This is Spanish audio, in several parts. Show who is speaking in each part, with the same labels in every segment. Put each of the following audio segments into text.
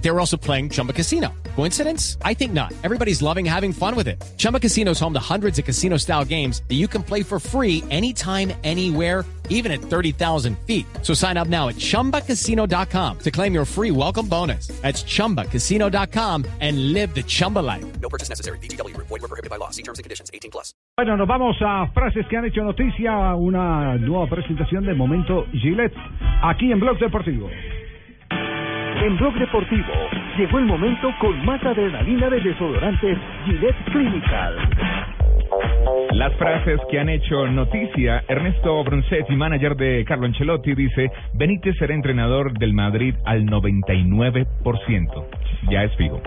Speaker 1: They were also playing Chumba Casino. Coincidence? I think not. Everybody's loving having fun with it. Chumba Casino is home to hundreds of casino style games that you can play for free anytime, anywhere even at 30,000 feet. So sign up now at ChumbaCasino.com to claim your free welcome bonus. That's ChumbaCasino.com and live the Chumba life.
Speaker 2: No purchase necessary. BGW. Void were prohibited by law. See terms and conditions. 18 plus.
Speaker 3: Bueno, nos vamos a frases que han hecho noticia, una nueva presentación de Momento Gillette, aquí en Blog Deportivo.
Speaker 4: En Blog Deportivo llegó el momento con más adrenalina de desodorantes Gillette Clinical.
Speaker 5: Las frases que han hecho noticia, Ernesto Bronzetti, manager de Carlo Ancelotti, dice, Benítez será entrenador del Madrid al 99%. Ya es fijo.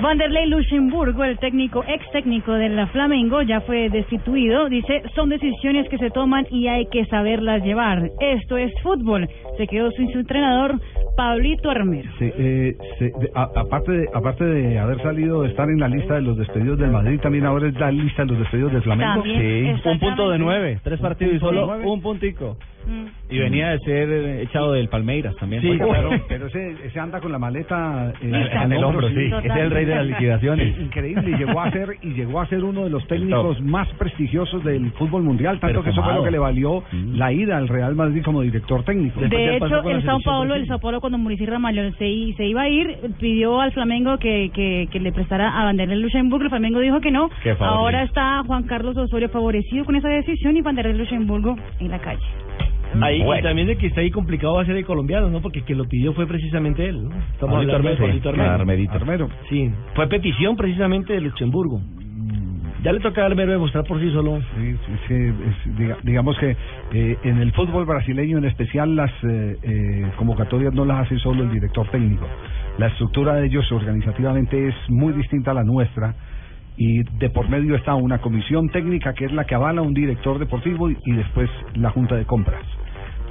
Speaker 6: Vanderlei Luxemburgo, el técnico ex técnico de la Flamengo, ya fue destituido. Dice, son decisiones que se toman y hay que saberlas llevar. Esto es fútbol. Se quedó sin su entrenador, Pablito Armero.
Speaker 3: Se- eh, se- de- a- aparte, de, aparte de haber salido, de estar en la lista de los despedidos del Madrid, también ahora es la lista de los despedidos del Flamengo.
Speaker 6: También, exactamente.
Speaker 7: Un punto de nueve, tres partidos y
Speaker 3: punto de
Speaker 7: solo
Speaker 3: nueve.
Speaker 7: un puntico.
Speaker 6: Mm.
Speaker 7: Y venía de ser eh, echado del Palmeiras también.
Speaker 3: Oiga,
Speaker 7: Oiga,
Speaker 3: pero, pero ese, ese anda con la maleta eh,
Speaker 7: En
Speaker 3: al
Speaker 7: el hombro, sí. Ese es el rey de las liquidaciones.
Speaker 3: Increíble, y llegó a ser y llegó a ser uno de los técnicos
Speaker 7: top.
Speaker 3: más prestigiosos del fútbol mundial, tanto
Speaker 7: Pero
Speaker 3: que eso fue
Speaker 7: fumado.
Speaker 3: lo que le valió
Speaker 7: Mm.
Speaker 3: la ida al Real Madrid como director técnico.
Speaker 6: De
Speaker 7: pasó
Speaker 6: hecho,
Speaker 7: con la
Speaker 6: el Sao
Speaker 7: selección
Speaker 6: Paulo, el
Speaker 7: brasileña.
Speaker 6: Sao Paulo, cuando Mauricio Ramalho se, i- se iba a ir, pidió al Flamengo que, que, que le prestara a Vanderlei Luxemburgo. El Flamengo dijo que no.
Speaker 7: Qué favorito.
Speaker 6: Ahora está Juan Carlos Osorio favorecido con esa decisión y Vanderlei Luxemburgo en la calle.
Speaker 8: Ahí,
Speaker 7: Bueno.
Speaker 8: Y también de que está ahí complicado va a ser el colombiano, ¿no? Porque quien lo pidió fue precisamente él, ¿no?
Speaker 7: Pablito
Speaker 8: Estamos hablando de
Speaker 7: Armero, sí,
Speaker 8: Pablito Armero.
Speaker 7: Armerito.
Speaker 3: Armero.
Speaker 8: Sí, fue petición precisamente de Luxemburgo. Ya le toca a Armero demostrar por sí solo.
Speaker 3: Sí, sí, sí, es- diga- digamos que eh, en el fútbol brasileño en especial las eh, eh, convocatorias no las hace solo el director técnico. La estructura de ellos organizativamente es muy distinta a la nuestra y de por medio está una comisión técnica que es la que avala un director deportivo y, y después la junta de compras.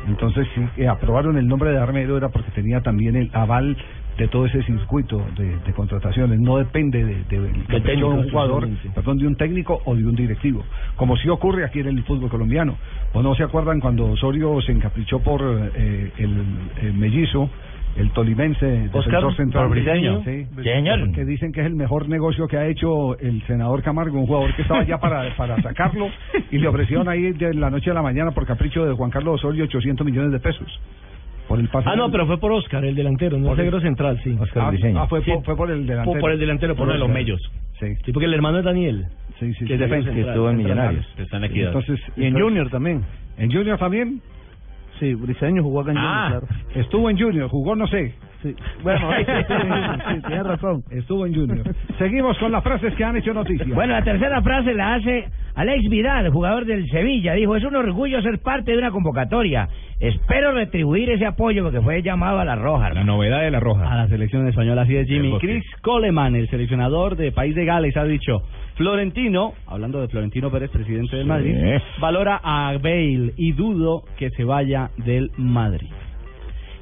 Speaker 3: Entonces sí, eh, aprobaron el nombre de Armero era porque tenía también el aval de todo ese circuito de, de contrataciones. No depende de, de, del capricho de
Speaker 8: técnico,
Speaker 3: un jugador,
Speaker 8: precisamente.
Speaker 3: perdón, de un técnico o de un directivo, como sí ocurre aquí en el fútbol colombiano. ¿O no se acuerdan cuando Osorio se encaprichó por eh, el, el mellizo, el tolimense,
Speaker 8: Oscar
Speaker 3: defensor central
Speaker 8: Briseño.
Speaker 3: Sí.
Speaker 8: Señor.
Speaker 3: que dicen que es el mejor negocio que ha hecho el senador Camargo, un jugador que estaba ya para, para sacarlo y le ofrecieron ahí de la noche a la mañana por capricho de Juan Carlos Osorio 800 millones de pesos por el pase.
Speaker 8: Ah, no, pero fue por Oscar, el delantero, no el negro central, sí.
Speaker 3: Ah,
Speaker 7: Briseño.
Speaker 3: ah, fue,
Speaker 8: Sí.
Speaker 3: por, fue por el delantero.
Speaker 8: Por, por el delantero, por uno de los
Speaker 3: Oscar.
Speaker 8: mellos.
Speaker 3: Sí,
Speaker 8: Sí, porque el hermano es Daniel.
Speaker 3: sí, sí.
Speaker 8: Que es
Speaker 3: sí.
Speaker 8: defensa.
Speaker 7: que estuvo en
Speaker 8: Central.
Speaker 7: Millonarios.
Speaker 5: Están
Speaker 3: Entonces, entonces-
Speaker 7: también.
Speaker 3: ¿En Junior también?
Speaker 7: Sí, Briseño jugó acá en
Speaker 5: Junior, claro.
Speaker 3: Estuvo en Junior, jugó no sé.
Speaker 7: Bueno,
Speaker 3: tienes razón. Estuvo en Junior. Seguimos con las frases que han hecho noticia.
Speaker 7: Bueno, la tercera frase la hace Alex Vidal, jugador del Sevilla. Dijo, es un orgullo ser parte de una convocatoria. Espero retribuir ese apoyo porque fue llamado a la roja.
Speaker 5: La novedad de la roja.
Speaker 7: A la selección española, así es
Speaker 5: El
Speaker 7: Jimmy.
Speaker 5: bosque.
Speaker 7: Chris Coleman, el seleccionador de País de Gales, ha dicho, Florentino, hablando de Florentino Pérez, presidente del
Speaker 5: Sí.
Speaker 7: Madrid, valora a Bale y dudo que se vaya del Madrid.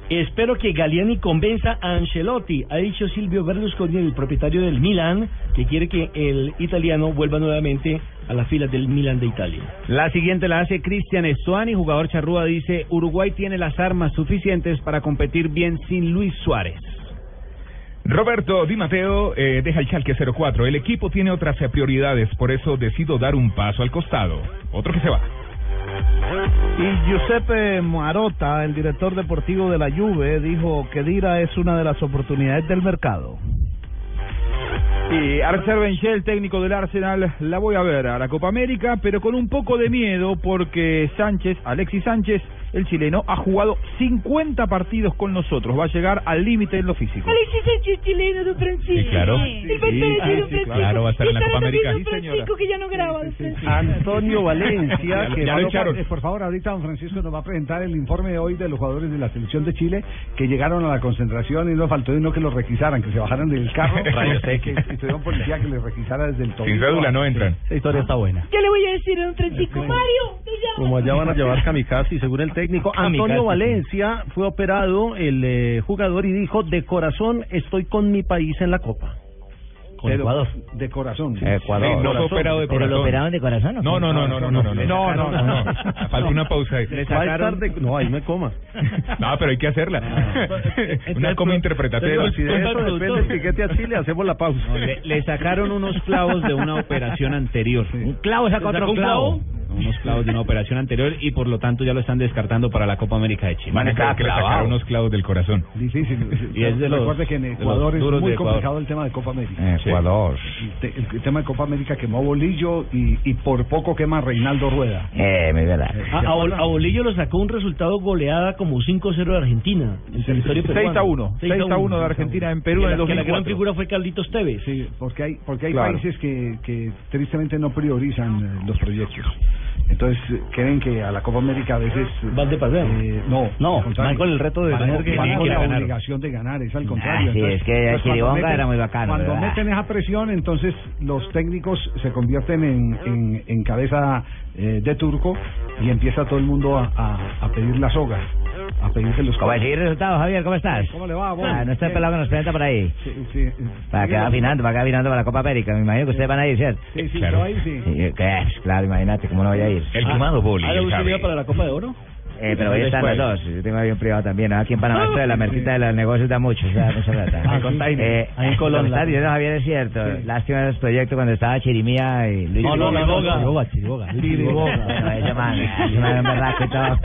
Speaker 8: Espero que Galiani convenza a Ancelotti, ha dicho Silvio Berlusconi, el propietario del Milan, que quiere que el italiano vuelva nuevamente a las filas del Milan de Italia.
Speaker 7: La siguiente la hace Cristian Estuani, jugador charrúa, dice, Uruguay tiene las armas suficientes para competir bien sin Luis Suárez.
Speaker 5: Roberto Di Matteo eh, deja el Chalque 04. El equipo tiene otras eh, prioridades, por eso decido dar un paso al costado. Otro que se va.
Speaker 7: Y Giuseppe Marota, el director deportivo de la Juve, dijo que Dira es una de las oportunidades del mercado.
Speaker 5: Y Archer Benchel, técnico del Arsenal, la voy a ver a la Copa América, pero con un poco de miedo porque Sánchez, Alexis Sánchez, el chileno, ha jugado 50 partidos con nosotros. Va a llegar al límite en lo físico.
Speaker 9: Alexis Sánchez chileno, don Francisco.
Speaker 5: Sí, claro.
Speaker 9: El partido
Speaker 5: Sí, ah,
Speaker 9: de
Speaker 5: sí,
Speaker 9: don Francisco.
Speaker 5: claro, va a estar en la
Speaker 9: Y está
Speaker 5: Copa América.
Speaker 9: Don
Speaker 5: Sí, señora.
Speaker 9: Francisco que ya no graba, don Francisco.
Speaker 3: Antonio
Speaker 5: Ya
Speaker 3: Valencia,
Speaker 5: lo-
Speaker 3: que
Speaker 5: ya
Speaker 3: va
Speaker 5: lo
Speaker 3: a-
Speaker 5: echaron.
Speaker 3: eh, por favor, ahorita don Francisco nos va a presentar el informe de hoy de los jugadores de la selección de Chile que llegaron a la concentración y no faltó de uno que los requisaran, que se bajaran del carro
Speaker 5: Rayos
Speaker 3: que,
Speaker 5: X.
Speaker 3: que tuvieron policía que les requisara desde el tobillo.
Speaker 5: Sin cédula no entran.
Speaker 7: Esa historia está buena.
Speaker 9: ¿Qué le voy a decir a don Francisco? Mario, te llamo.
Speaker 8: Como allá van a llevar kamikaze, según el técnico. Antonio
Speaker 7: Kamikaze,
Speaker 8: Valencia fue operado, el eh, jugador, y dijo, de corazón estoy con mi país en la Copa.
Speaker 7: Con Ecuador.
Speaker 3: De corazón.
Speaker 7: Eh, Ecuador.
Speaker 5: Sí, no fue operado de
Speaker 7: ¿Pero lo
Speaker 5: corazón.
Speaker 7: operaron de corazón? o
Speaker 5: No,
Speaker 7: qué?
Speaker 5: no, no, no, no, no, no, no, no, no, no, no. Falta una pausa ahí.
Speaker 3: No, ahí me coma.
Speaker 5: No, pero hay que hacerla.
Speaker 8: Ah.
Speaker 5: Una como interpretativa.
Speaker 3: Pero si de eso depende el piquete a Chile, hacemos la pausa.
Speaker 8: Le, le sacaron unos clavos de una operación anterior.
Speaker 7: Un clavo saca
Speaker 8: ¿Le sacó
Speaker 7: otro
Speaker 8: un
Speaker 7: clavo.
Speaker 8: Unos clavos de una operación anterior y por lo tanto ya lo están descartando para la Copa América de Chile.
Speaker 5: Van a tener que le sacaron unos clavos del corazón.
Speaker 3: Difícil.
Speaker 8: Y es de los-
Speaker 3: Recuerde que en
Speaker 8: de los
Speaker 3: Ecuador es
Speaker 8: duros
Speaker 3: muy
Speaker 8: de Ecuador. Eh.
Speaker 3: complicado el tema de Copa América.
Speaker 5: Eh,
Speaker 7: Ecuador.
Speaker 3: Te- El, tema de Copa América quemó a Bolillo y, y por poco quema a Reinaldo Rueda.
Speaker 7: Eh, mi verdad.
Speaker 3: Ah.
Speaker 8: A, a Bol- a Bolillo lo sacó un resultado goleada como 5-0 de Argentina. en territorio
Speaker 10: 6
Speaker 8: peruano.
Speaker 10: a 1, 6 a 1 de Argentina en Perú
Speaker 8: Que
Speaker 10: en el
Speaker 8: la- que la gran
Speaker 10: 2004.
Speaker 8: figura fue Carlitos Tevez.
Speaker 3: Sí, porque hay, porque hay
Speaker 10: Claro.
Speaker 3: países que, que tristemente no priorizan eh, los proyectos. Entonces, eh, creen que a la Copa América a veces... eh,
Speaker 8: Van de paseo.
Speaker 3: eh, no,
Speaker 8: No,
Speaker 3: al contrario.
Speaker 8: van con el reto de
Speaker 3: Van,
Speaker 8: tener que-
Speaker 3: van
Speaker 8: tienen
Speaker 3: con
Speaker 8: que
Speaker 3: la
Speaker 8: ganar.
Speaker 3: obligación de ganar, es al contrario.
Speaker 7: Ah, sí,
Speaker 3: Entonces,
Speaker 7: es que
Speaker 3: entonces cuando
Speaker 7: Chiribonga era muy bacano,
Speaker 3: Cuando
Speaker 7: ¿verdad?
Speaker 3: meten esa presión, entonces los técnicos se convierten en, en, en cabeza eh, de turco y empieza todo el mundo a, a, a pedir las sogas, a pedirse los
Speaker 7: ¿Cómo
Speaker 3: caballos.
Speaker 7: decir resultados, Javier? ¿Cómo estás?
Speaker 3: ¿Cómo le va, vos?
Speaker 7: Ah, no está el pelado que nos presenta por ahí.
Speaker 3: Sí, sí,
Speaker 7: Para que va afinando, para que va afinando para la Copa América. Me imagino que ustedes van a ir, ¿cierto?
Speaker 3: Sí, sí,
Speaker 5: Claro.
Speaker 3: yo ahí sí.
Speaker 7: Sí, claro, claro, imagínate cómo no voy a ir.
Speaker 5: El quemado boli.
Speaker 8: ¿Ah,
Speaker 5: el
Speaker 8: usted
Speaker 5: Javi.
Speaker 8: iba para la Copa de Oro?
Speaker 7: Eh, pero hoy están los dos. Yo tengo avión privado también. ¿no? Aquí en Panamá esto de la mercita de los negocios da mucho, o sea, mucha plata.
Speaker 8: Ah, con Taino.
Speaker 7: Eh,
Speaker 8: Ahí en Colón,
Speaker 7: Lo que
Speaker 8: la-
Speaker 7: estás diciendo, Javier, es cierto. Lástima de los proyectos cuando estaba Chirimía y Luis.
Speaker 8: No, no,
Speaker 7: Boga.
Speaker 8: Boga.
Speaker 7: Chiriboga, Chiriboga. Bueno, ese man, ese man era un berraco y todo.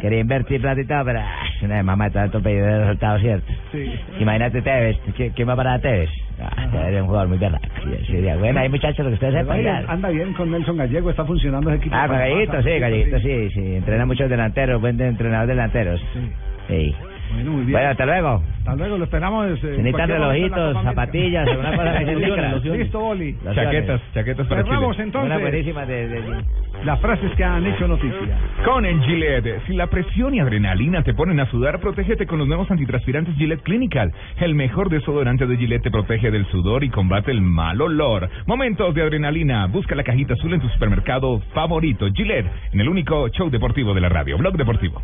Speaker 7: Quería invertir plata y todo, pero ah, es una de mamá de tanto pedido de resultados, ¿cierto?
Speaker 3: Sí.
Speaker 7: Imagínate Tevez, ¿qui- ¿quién va para Tevez? Ah, Tevez es un jugador muy berraco. Sí, Sería bueno, hay muchachos lo que ustedes
Speaker 3: Anda
Speaker 7: sepan.
Speaker 3: bien,
Speaker 7: ya.
Speaker 3: anda bien con Nelson Gallego, está funcionando ese equipo.
Speaker 7: Ah, con Gallito, sí, Gallito,
Speaker 3: Gallito
Speaker 7: sí, sí. Entrena muchos delanteros, buen de- entrenador de delanteros. Sí.
Speaker 3: Bueno, muy bien.
Speaker 7: Bueno, hasta luego.
Speaker 3: Hasta luego, lo esperamos. eh,
Speaker 7: Se necesitan
Speaker 3: cualquier momento en la
Speaker 7: relojitos,
Speaker 3: Copa América.
Speaker 7: zapatillas, alguna cosa que se indica.
Speaker 3: Listo, Boli.
Speaker 7: Las
Speaker 5: Chaquetas,
Speaker 7: flores.
Speaker 5: chaquetas para
Speaker 3: Cerramos
Speaker 5: Chile.
Speaker 3: entonces
Speaker 7: Una buenísima de... de- de-
Speaker 3: las frases que han hecho noticia.
Speaker 5: Con el Gillette, si la presión y adrenalina te ponen a sudar, protégete con los nuevos antitranspirantes Gillette Clinical. El mejor desodorante de Gillette te protege del sudor y combate el mal olor. Momentos de adrenalina. Busca la cajita azul en tu supermercado favorito. Gillette, en el único show deportivo de la radio, Blog Deportivo.